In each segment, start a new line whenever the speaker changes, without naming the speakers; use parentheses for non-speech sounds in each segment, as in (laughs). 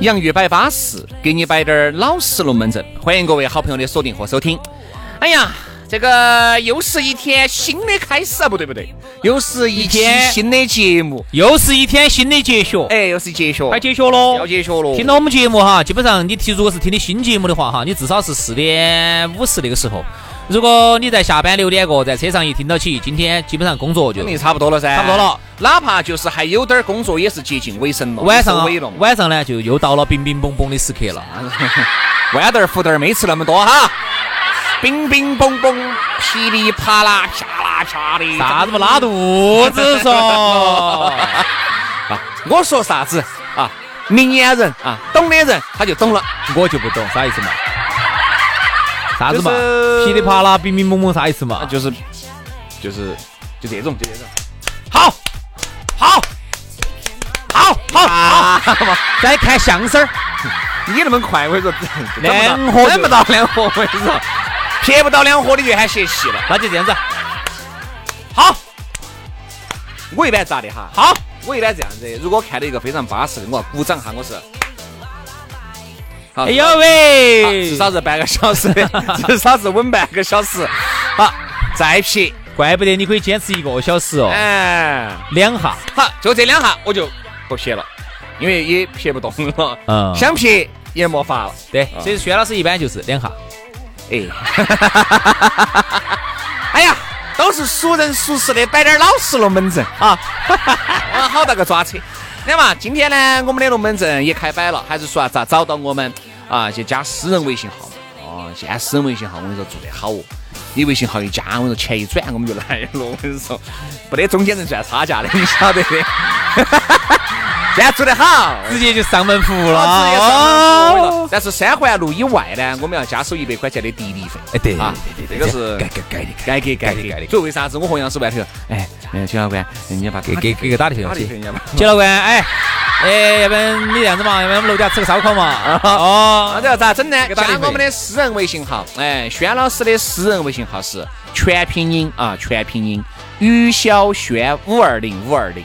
洋芋摆巴适，给你摆点儿老实龙门阵。欢迎各位好朋友的锁定和收听。哎呀，这个又是一天新的开始啊，不对不对，又是一天新的节目，
又是一天新的节学，
哎，又是节学，
快解学喽！
要节学了。
听到我们节目哈，基本上你听，如果是听的新节目的话哈，你至少是四点五十那个时候。如果你在下班六点过，在车上一听到起，今天基本上工作就
肯定差不多了噻，
差不多了。
哪怕就是还有点儿工作，也是接近尾声了，
晚上啊
尾了嘛。
晚上呢就又到了冰冰蹦蹦的时刻了。
哎豌豆儿、胡豆儿没吃那么多哈，冰冰嘣嘣，噼里啪啦，啪啦啪的。
啥子嘛拉肚子
(laughs)
嗦？
啊？我说啥子啊？明眼人啊，懂的人他就懂了。
我就不懂啥意思嘛？啥子
就
嘛
是？哎
噼里啪啦，冰冰蹦蹦啥意思嘛？
啊就是就是就这种，就这种。
好，好，好，好，好，再看相声儿。
你那么快，我跟你说，
两盒就
等不到两盒，我跟你说，撇不到两盒你就喊泄气了。
(laughs) 那就这样子。好，
我一般咋的哈？
好，
我一般这样子，如果看到一个非常巴适的，我要鼓掌哈，我是。好
哎呦
啊
喂，
至少是半个小时 (laughs) 的，至少是稳半个小时。好，再撇，
怪不得你可以坚持一个小时哦，
哎，
两下。
好，就这两下我就不撇了，因为也撇不动了，
嗯
想撇也没法了。
对，所以轩老师一般就是两下。
哎， (laughs) 哎呀，都是熟人熟事的，摆点老实龙门阵啊！ (laughs) 我好大个抓扯。那嘛，今天呢，我们的龙门阵也开摆了，还是说啊咋找到我们啊？去加私人微信号嘛。哦，现在私人微信号，我跟你说做得好哦。你微信号一加，我跟你说钱一转，我们就来了。我跟你说，没得中间人赚差价的，你晓得的。 (laughs) 现在做得好，
直接就上门服务了。
哦直接上门
哦
但是三环路以外呢，我们要加收一百块钱的滴滴费。
哎，对
啊，
对
这
对对
个
对
是
该该该的，
该给该给
该
给
的
的。所以为啥子我和杨师傅在头？哎，嗯，徐老官，人家把
给给给个打的朋友
啊打的
接。
人家吧。
杰老官，哎，哎，要不然你这样子嘛，要不然我们楼底下吃个烧烤嘛。
那
哦，
这要咋整呢？
给
加
打的费
我们的私人微信号，哎，轩老师的私人微信号是全拼音啊，全拼音于小轩五二零五二零，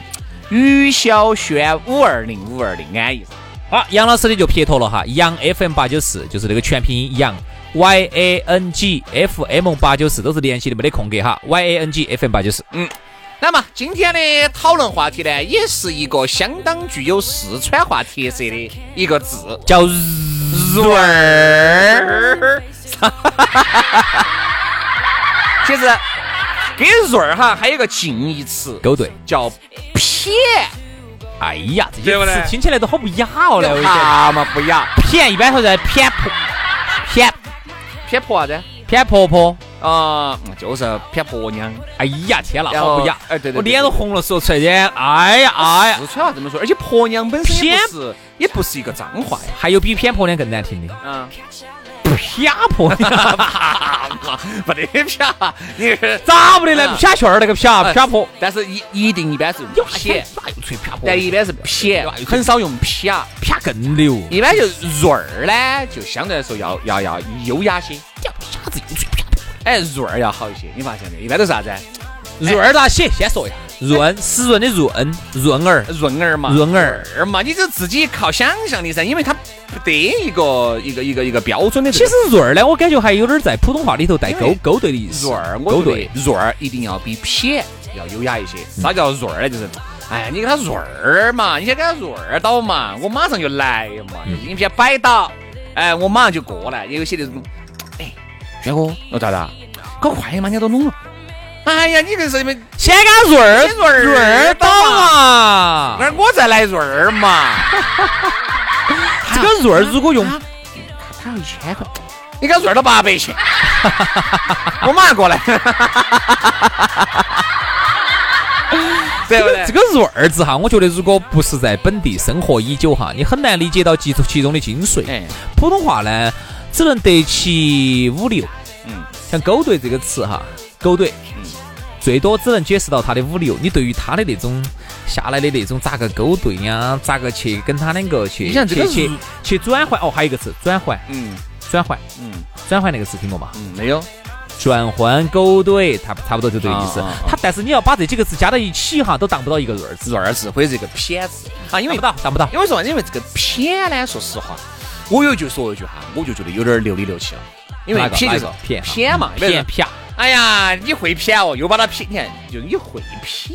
于小轩五二零五二零，安逸。
好，杨老师的就撇脱了哈，杨 FM 八九四就是那个全拼音杨 Y A N G F M 八九四都是联系的，没得空格哈，Y A N G F M 八九四。
那么今天的讨论话题呢，也是一个相当具有四川话特色的一个字，
叫
入儿。 (laughs) 其实给入儿哈，还有个近义词
勾兑。
叫撇，
哎呀，这
对不
些
对
词听起来都好不雅哦，来，我跟你说，
那么不雅，
骗一般说在骗婆，骗
撇婆啥子？
骗婆婆。
啊、就是撇婆娘。
哎呀，天呐，
然后
好不雅！
哎对对对
我脸都红了，说出来的。哎呀，哎呀，
四川话这么说，而且婆娘本身也
撇
不是，也不是一个脏话呀。
还有比偏婆娘更难
(laughs)
听的，
啊，
偏
(laughs)
婆娘，
不得撇，你是
咋不得呢？偏圈儿那个偏
哎
偏婆，
但是一一定一般哎是用撇，哎
哪又吹偏婆？
但一般是撇，很少用撇。
偏更溜。
一般就润儿呢，就相对来说要要要优雅些。
屌瞎子又吹偏
哎，润儿要好一些，你发现没？一般都是啥子？
润儿咋写？先
哎
说一下，润，湿润的润，润儿，
润儿嘛，
润儿。
儿嘛，你就自己靠想象力噻，因为它不得一个一个一个一个标准的这
其
个。
实润儿呢，我感觉还有点在普通话里头带
因
勾
为
勾兑的意思。
润儿，我觉
勾
嗯
兑
得。润儿一定要比撇要优雅一些。啥叫润儿呢？就是哎呀，你给他润儿嘛，你先给他润儿到嘛，我马上就来嘛，你先摆到，哎，我马上就过来。也有些那种，哎，轩哥，我咋的？搞快点嘛，人家都弄了。哎呀，你跟谁们
先给他润儿
先润儿
润儿啊到嘛。
那我再来润儿嘛？
(laughs) 这个润儿如果用
啊他要一千块，你给他润儿到八
(laughs)
百去，我马上过来。对不对？
这个润儿字哈，我觉得如果不是在本地生活已久哈，你很难理解到其中其中的精髓。
哎，
普通话呢，只能得其五六。
嗯，
像“勾兑”这个词哈，“勾兑”最多只能解释到它的五六。你对于它的那种下来的那种咋个勾兑呀，咋个去跟它两个去
你想这
去
个
去
是
去转换哦，还有一个词转换，
嗯
转换，
嗯
转换那个词听过吗？
嗯，没有。
转换勾兑，它差不多就这个意思
啊啊啊。
它但是你要把这几个字加到一起哈，都当不到一个润儿字，
润儿字或者这个偏字啊，因
当
为
不到，当不到。
因为什么？因为这个偏呢，说实话，我有一句说一句哈，我就觉得有点流里流气了。因为
哪个
偏就是
哪个啊偏
偏嘛，
偏。啪，
哎呀，你会偏哦，又把它偏，你看，就你会偏，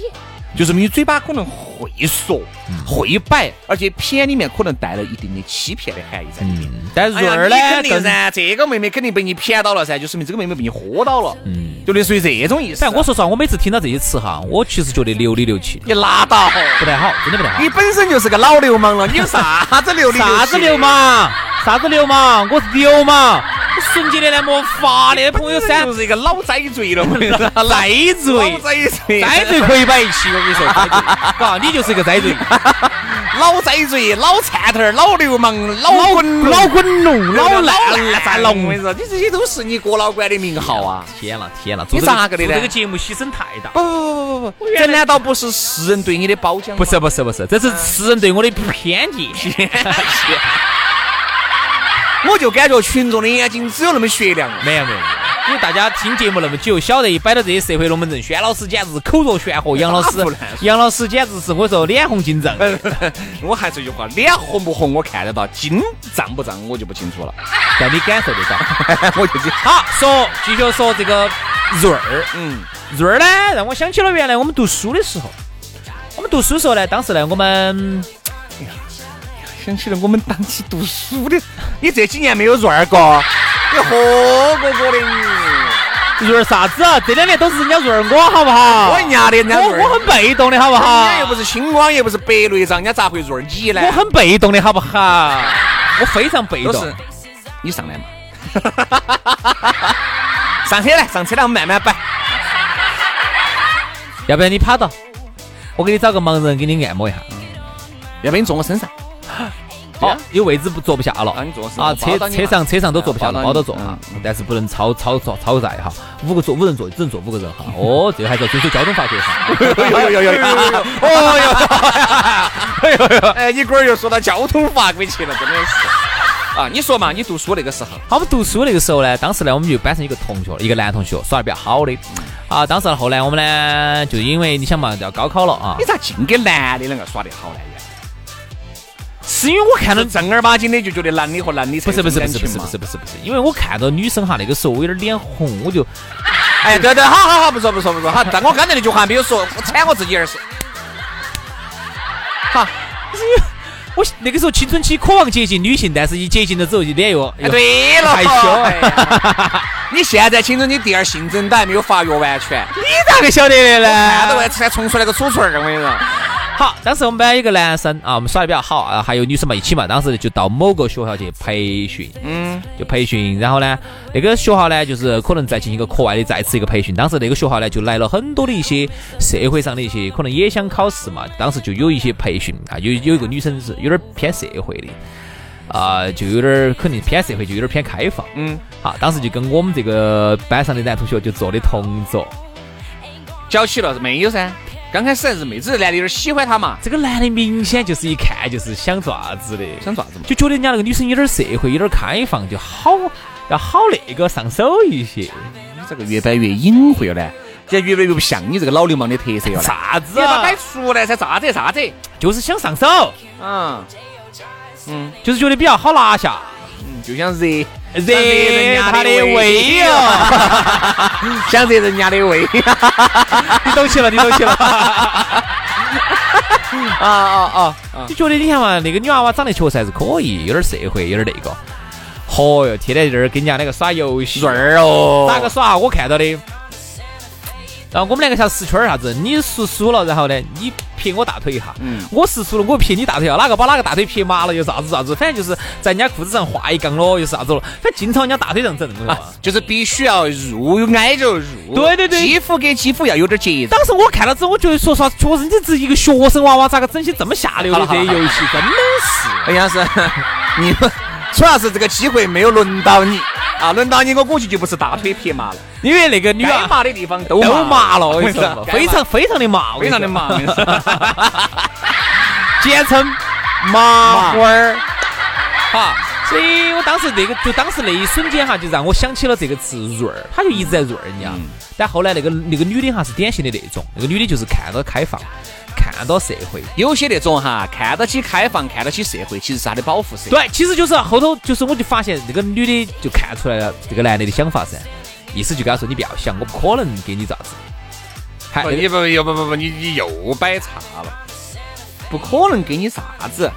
就说明你嘴巴可能会说、
嗯
会摆，而且偏里面可能带了一定的欺骗的含义在里面。
嗯，但
哎
润
呀
儿呢
你肯，定
更
噻，这个妹妹肯定被你骗到了噻，就说明这个妹妹被你豁到了，
嗯
就类似于这种意思。啊
反正我说实话，我每次听到这些词哈，我其实觉得流里流气的，
你拉
(laughs)
倒，
不太好，真的不太好。
你本身就是个老流氓了，你有啥子流里气
啥子流？氓？啥子流氓？我是流氓！纯洁的那么发的朋友三啊
就是一个老栽罪了，我跟你说，
赖
老
罪，
栽罪，
栽罪可以摆一起，我跟你说，栽罪嘎，你就是一个栽罪，
老栽罪，老菜头儿，老流氓， (laughs) 老滚
老滚龙，
老
老烂
烂
三
我
龙
跟。你说，你这些都是你郭老倌的名号啊！
天了天了，
你
做这
咋个的呢
做这个节目牺牲太大。
不不不不不不，这难道不是世人对你的褒奖吗？
不是不是不是，这是词人对我的偏
(laughs)
见。
我就感觉群众的眼睛只有那么雪亮了。
没有没有，因为大家听节目那么久，晓得一摆到这些社会龙门阵，轩老师简直是口若悬河，杨老师
(laughs) 那不然
杨老师简直是我说脸红进帐。
我还是一句话，脸红不红我看得到，筋胀不胀我就不清楚了。
但你感受得到。
我就觉得
好，说继续说这个润儿，
嗯，
润儿呢，让我想起了原来我们读书的时候，我们读书的时候呢，当时呢，我们
想起了我们当时读书的，你这几年没有润儿哥，你喝过过的你，
润儿啥子啊？这两年都是人家润儿我，好不好？
我人家的人家
我
润儿
我很被动的，好不
人
好
家？又不是青光，又不是白内障，人家咋会润儿你呢？
啊我很被动的，好不好？我非常被
都
动。
是你上来嘛， (laughs) 上车来，上车来，我们慢慢摆。
要不然你趴到，我给你找个盲人给你按摩一下。
嗯要不你坐我身上，
好，有位置不坐不下了
啊你坐是
啊，
我
车
抱到你嘛
车上车上都坐不下了，
啊抱到
包到
你
坐哈
嗯嗯，
但是不能超超超超载哈，五个坐五人坐只能坐五个人哈。哦，这个还是要遵守交通法规哈。 (laughs)
有有有有，哦哟，哎呦，哎，你龟儿又说到交通法规去了，真的是。啊，你说嘛，你读书那个时候，
好，我们读书那个时候呢，当时呢，我们就班上有个同学，一个男同学，耍得比较好的。
嗯
啊，当时呢后来我们呢，就因为你想嘛，要高考了啊
(laughs) 你，咋净跟男的两个耍得好呢？
是因为我看到
是正儿八经的就觉得男的和男的才
不是
有
不是不
感
是
情
不是
嘛
不是不是不是，因为我看到女生哈那个时候我有点脸红，我就
哎，对对，好好好，不说不说不说，好，但我刚才那句话没有说，我铲我自己耳屎。好，
我那个时候青春期渴望接近女性，但是一接近了之后就脸又
哎
又
对了，
害羞
哎呀 (laughs) 你现在青春期第二性征都还没有发育完全，
你咋个晓得
(laughs)
的
看到？外才冲出来个楚楚儿，我跟你说。
好，当时我们班有一个男生啊，我们耍的比较好啊，还有女生嘛一起嘛，当时就到某个学校去培训，
嗯，
就培训，然后呢，那个学校呢，就是可能再进行一个课外的再次一个培训。当时那个学校呢，就来了很多的一些社会上的一些，可能也想考试嘛。当时就有一些培训啊，有有一个女生是有点偏社会的，啊、就有点肯定偏社会，就有点偏开放。
嗯，
好，当时就跟我们这个班上的男同学就做的同桌。
搅起了没有噻？刚开始还是妹子，男的有点喜欢他嘛，
这个男的明显就是一看就是想爪子的，
想爪子嘛？
就觉得人家那个女生有点社会，有点开放，啊就好要好那个上手一些。
你这个越摆越隐晦了呢，这越来越不像你这个老流氓的特色了呢。
啥子
你把
啊
摆？出来噻，啥子啥子？
就是想上手，
嗯，
就是觉得比较好拿下，
嗯就想热
热
人家
他的
的
胃
胃
哟，
想热人家的胃。 (laughs)
你懂起了，你懂起了。
啊啊啊！
就觉得你看嘛，那个女娃娃长得确实还是可以，有点社会，有点那个。嚯哟，天天在这儿跟人家那个耍游戏，
润儿 (laughs) 哦，
咋个耍？我看到的。然后我们两个像十圈儿啥子，你输输了，然后呢，你撇我大腿一下，
嗯
我实输了，我撇你大腿啊，哪个把哪个大腿撇麻了，又啥子啥子，反正就是在人家裤子上画一杠咯，又是啥子咯，反正经常人家大腿上整，我
啊，就是必须要入挨着入，
对对对
肌肤跟肌肤要有点节奏。
当时我看了之后，我觉得说实话，确实你这是一个学生娃娃，咋个整些这么下流的这些游戏，真的是。
(laughs) 哎，杨老师， (laughs) 你们主要是这个机会没有轮到你啊，轮到你我估计就不是大腿撇麻了，
因为那个女
该
娃
麻的地方都
都麻了，
了，
我
我
跟
跟
你
你
说
(laughs) 说，，
非常非常的麻，
非常的
我
(laughs) 麻，我跟你说
跟你说，简称麻花儿。
好，
所以我当时那个，就当时那一瞬间哈，就让我想起了这个词“润儿”，他就一直在润儿人家。但后来那个那个女的哈是典型的那种，那个女的就是看到开放，看到社会。
有些那种哈，看得起开放，看得起社会，其实是他的保护色。 (laughs)
对，其实就是后头就是我就发现这个女的就看出来了这个男的的想法噻，意思就跟他说你不要想，我不可能给你咋子。还
不，你不又不不不，你你又摆岔了。不可能给你啥子，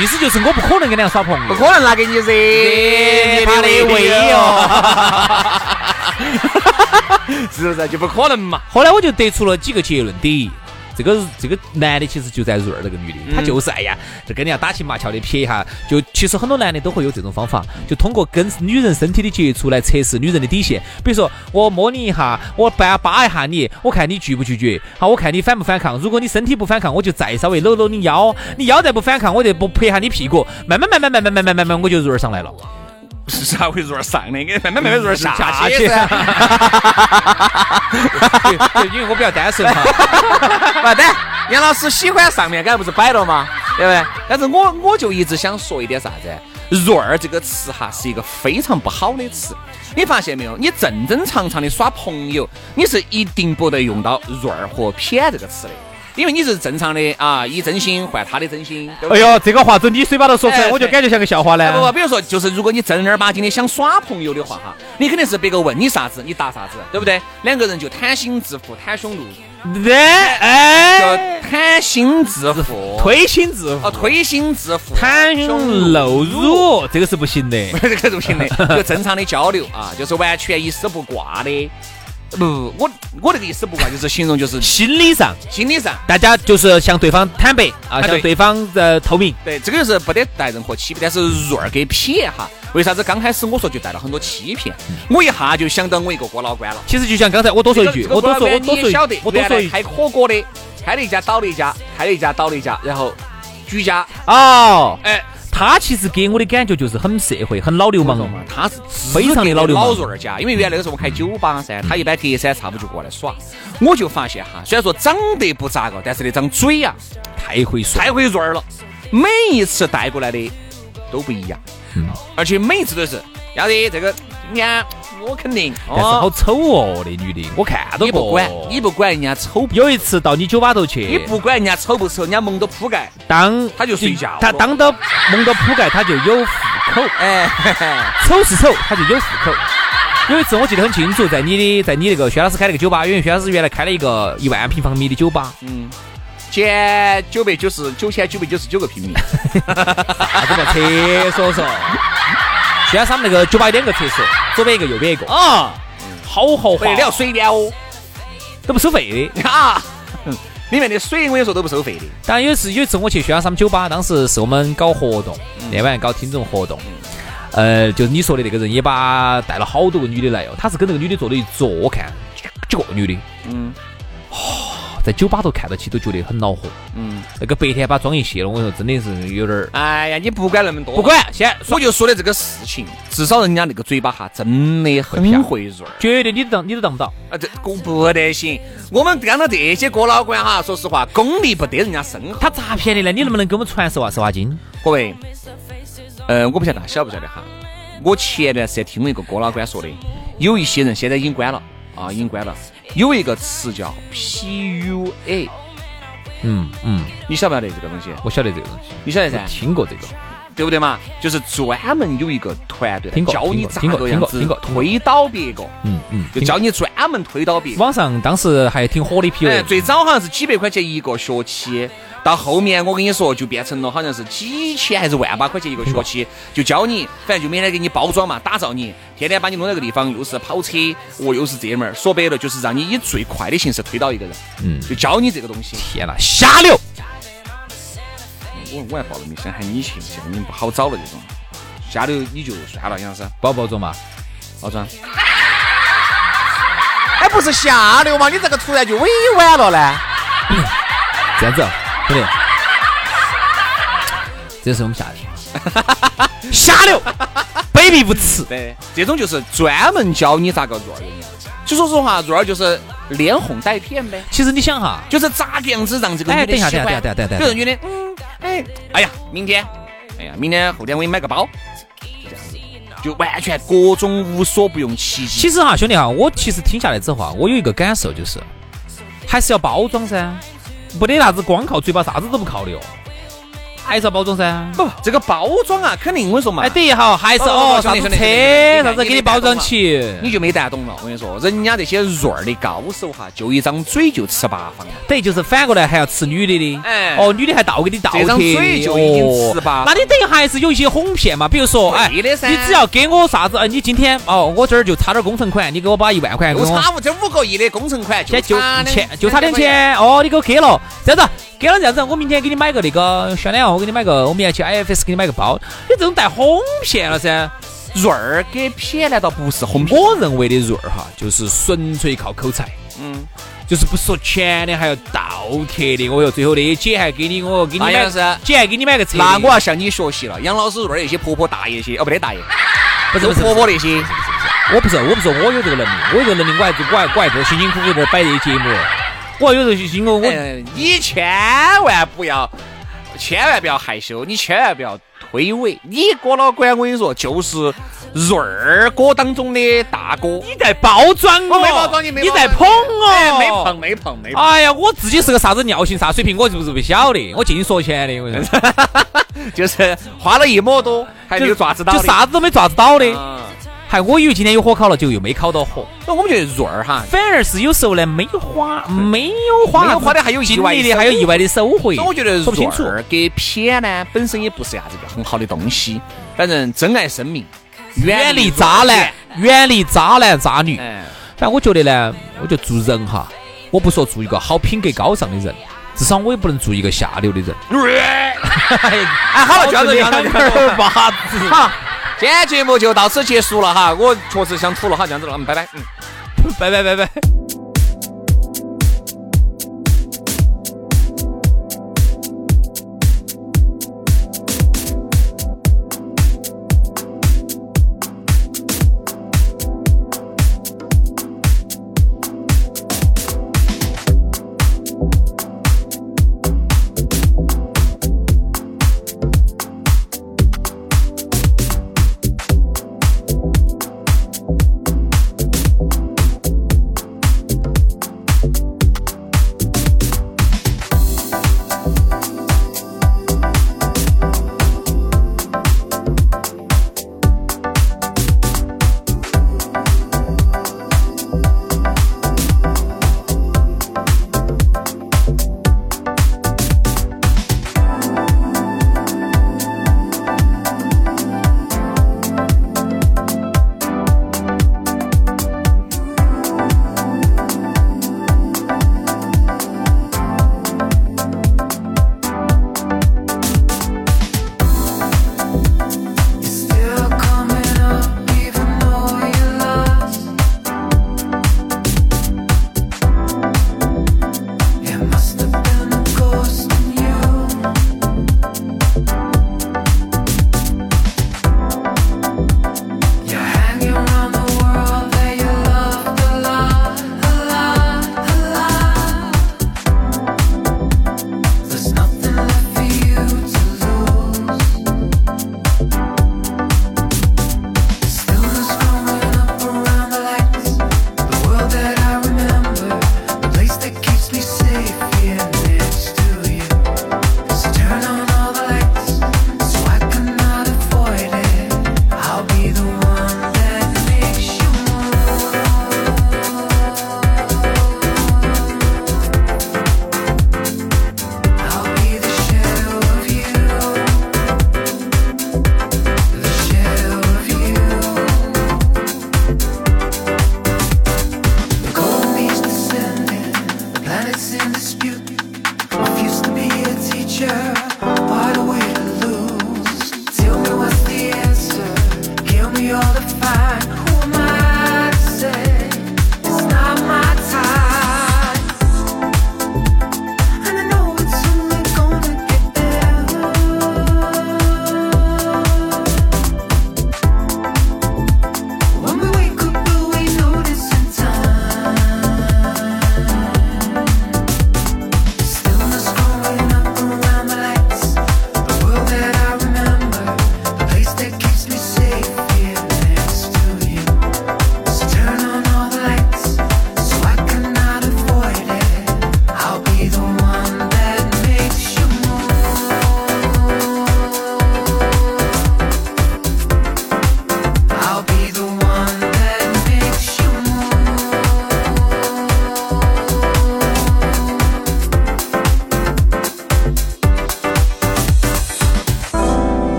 意思就是我不可能跟两个耍朋
不
友。
可能拿给你惹你
他的胃
哦， (laughs) 是不是就不可能嘛？
后来我就得出了几个结论：第一，这个这个男的其实就在润儿那个女的，
嗯
他就是哎呀，就跟人家打情骂俏的撇一下。就其实很多男的都会有这种方法，就通过跟女人身体的接触来测试女人的底线。比如说，我摸你一下，我扒扒一下你，我看你拒不拒绝，好，我看你反不反抗。如果你身体不反抗，我就再稍微搂搂你腰， (laughs) 你腰再不反抗，我就不拍一下你屁股，慢慢慢慢慢慢慢慢慢慢，我就润儿上来
(laughs)
了。
(laughs) 是啊啥会入上的？给慢慢慢慢入 (laughs) 下
下
去
去
噻。
对对因为我比较单纯
(laughs)
嘛。
不对，杨老师喜欢上面，刚才不是摆了吗？对不对？但是我我就一直想说一点啥子？润儿这个词哈是一个非常不好的词，你发现没有？你正正常常的耍朋友，你是一定不得用到润儿和偏这个词的，因为你是正常的啊，以真心换他的真心。对不
哎
对
呦，这个话子你嘴巴头说出
哎
来，我就
对
感觉像个笑话呢。
不不，比如说，就是如果你正儿八经的想耍朋友的话哈，你肯定是别个问你啥子，你答啥子，对不对？两个人就袒心置腹、袒胸露乳，
哎哎，
叫袒心置腹。
推心置
哦，
腹，
推心置腹，
袒胸露乳，这个是不行的。
(laughs) 这个不
(laughs)
行的，就正常的交流啊，就是完全一丝不挂的。不，我我这个一丝不挂就是形容
(laughs)
就是
心理上，
心理上，
大家就是向对方坦白啊，
对
向对方呃透明。
对这个就是不得带任何欺骗，但是润儿给撇哈。为啥子刚开始我说就带了很多欺骗？
嗯
我一下就想到我一个哥老倌了。
其实就像刚才我多说一句，
这个
我多说，
这
我
个
多
你
说
也
一
晓得
句，，我多
原来
说一句
开火锅的，开了一家倒了一家，开了一家倒了一家，然后举家
哦。
哎，
他其实给我的感觉就是很社会、很老流氓，
他是
嗯非常的老流氓
老润儿家，因为原来的时候我开酒吧噻，他一般隔三差五就过来耍，我就发现哈，虽然说长得不咋个，但是那张嘴呀、
太会说。
太会润儿了，每一次带过来的都不一样，
嗯
而且每一次都是要得这个，你看我肯定，
但是好丑哦，那女的，我看到
你不
过
管。你不管人家丑不，
有一次到你酒吧头
你
去，
不管人家丑不丑，人家蒙着铺盖，
当
他就睡觉了
他当到蒙到铺盖，他就有户口。
哎，嘿嘿
丑是丑，他就有户口。有一次我记得很清楚，在你的在你那个薛老师开那个酒吧，因为薛老师原来开了一个一万平方米的
(laughs)
酒吧，
嗯，减九百九十九千九百九十九个平米。
啥子叫厕所嗦？薛老师他们那个酒吧有两个厕所，左边一个，右边一个，
啊，
好豪华
为，了水电哦，
都不收费的。
啊， (laughs) 里面的水我跟你说都不收费的。
当然有一次有一次我去薛老师他们酒吧，当时是我们搞活动，
嗯
那晚搞听众活动。呃，就是你说的那个人也把带了好多个女的来哦，他是跟那个女的坐了一桌，我看几个女的，哦
嗯
在酒吧头看到起都觉得很恼火。
嗯，
那个白天把妆一卸了，我跟你说真的是有点儿。
哎呀，你不管那么多，
不，管，先
我就说的这个事情，至少人家那个嘴巴哈，真的很会润儿。
绝对你都当你都当不到。
啊，这我不得行，我们干到这些哥老倌哈，说实话，功力不得人家深厚。
他咋骗的呢？你能不能给我们传授啊？十花精？
各位，呃，我不晓得大家晓不晓得哈，我前段时间听了一个哥老倌说的，有一些人现在已经关了啊，已经关了，有一个词叫 PUA，
嗯嗯，
你晓不晓得这个东西？
我晓得这个东西，
你晓得
我
噻，
听过这个。
对不对嘛？就是专门有一个团队来
听过
教你咋
听过
个样子
听过听过听过
推倒别个，
嗯嗯，
就
听
教你专门推倒别个。
网上当时还挺火的 P
哎，
U，
最早好像是几百块钱一个学期，到后面我跟你说，就变成了好像是几千还是万把块钱一个学期，就教你，反正就每天给你包装嘛，打造你，天天把你弄到个地方，又是跑车，哦，又是这门儿，说白了就是让你以最快的形式推到一个人，嗯，就教你这个东西。
天哪，瞎聊！
我我还报了名，想喊你去，现在你不好找了这种，下头你就算了，杨老师，
包包装嘛，
老张。哎，不是下流嘛，你这个突然就委婉了呢？
嗯这样子，兄弟，这是我们下去。
(laughs)
瞎聊，卑鄙无耻。
对，这种就是专门教你咋个入二的。就说实话，入二就是连哄带骗呗，
其实你想哈，
就是咋个样子让这个
哎
女的
等一下
喜欢
等一下等一下等一下
比如女的，嗯，哎，哎呀，明天，哎呀，明天后天我给你买个包，就这样子，就完全各种无所不用其极。
其实哈，兄弟哈，我其实听下来之后哈，我有一个感受就是，还是要包装噻，没得啥子光靠嘴巴啥子都不靠的哦，还是要
(laughs)
包装噻。
不，这个包装啊，肯定我跟你说嘛，
哦哎，等一下哦，还是哦，
哦
啥
兄弟
子
兄弟兄弟
车，啥
你看
子
你
给你
得
包装
懂啊
起。
你就没蛋懂了。我跟你说，人家这些润儿的高手哈，就一张嘴就吃八方了。啊
等于就是反过来还要吃女的的，
哎
哦，女的还倒给你倒贴，
这张嘴就已经吃吧
哦那你等于还是有一些哄骗嘛？比如说，哎，
对的噻
你只要给我啥子，哎，你今天哦，我这儿就差点工程款，你给我把一万块给
就
我，
差五这五个亿的工程款，
先就
差两
千，就差两。千，哦，你给我给了，这样子。给了这样子，我明天给你买个那个香奈儿，我给你买个，我明天去 IFS 给你买个包。你这种带哄骗了噻。
润儿给撇难道不是哄骗？
我认为的润儿哈，就是纯粹靠口才，
嗯，
就是不说钱的，还要倒贴的。我哟，最后那姐还给你，我哟给你
那
买
啊杨老师，
姐还给你买个车的。
那我要向你学习了，杨老师润儿那些婆婆大爷些，哦不对大爷，
不是
就
不是
婆婆那些，
我不是，我不是，我有这个能力，我有这个能力，我还我还我还这儿辛辛苦苦这儿摆这些节目，哦我还有这些辛哦苦，我
嗯，你千万不要，千万不要害羞，你千万不要推诿，你哥老倌，我跟你说，就是润儿哥当中的大哥。
你在包装我，
我没包装哦你，没包装
在捧我，
哎没捧，。没捧，没捧。
哎呀，我自己是个啥子尿性、啥水平，我是不是不晓得？我净说钱的，我跟你说
就是花了一抹多，还没有爪子到
就
的。
啥子都没抓子到的。
啊？
还我以为今天有火烤了，就又没烤到火，
那我们觉得润儿哈，
反而是有时候呢，没花，没有花，
没有花的还有意
经
外
历
收
的，
获
还有意外的收获。
所以我觉得
说不清楚
润儿给撇呢，本身也不是啥子个很好的东西。反正珍爱生命，
远离渣男，远离渣男渣女。
哎，
反正我觉得呢，我觉得做人哈，我不说做一个好品格高尚的人，至少我也不能做一个下流的人。
哎，
啊
好了，就
(laughs)
到这样子，
八字。
好，今天节目就到此结束了哈。我确实想吐了，哈，这样子了，嗯，拜拜，嗯。
拜拜拜拜。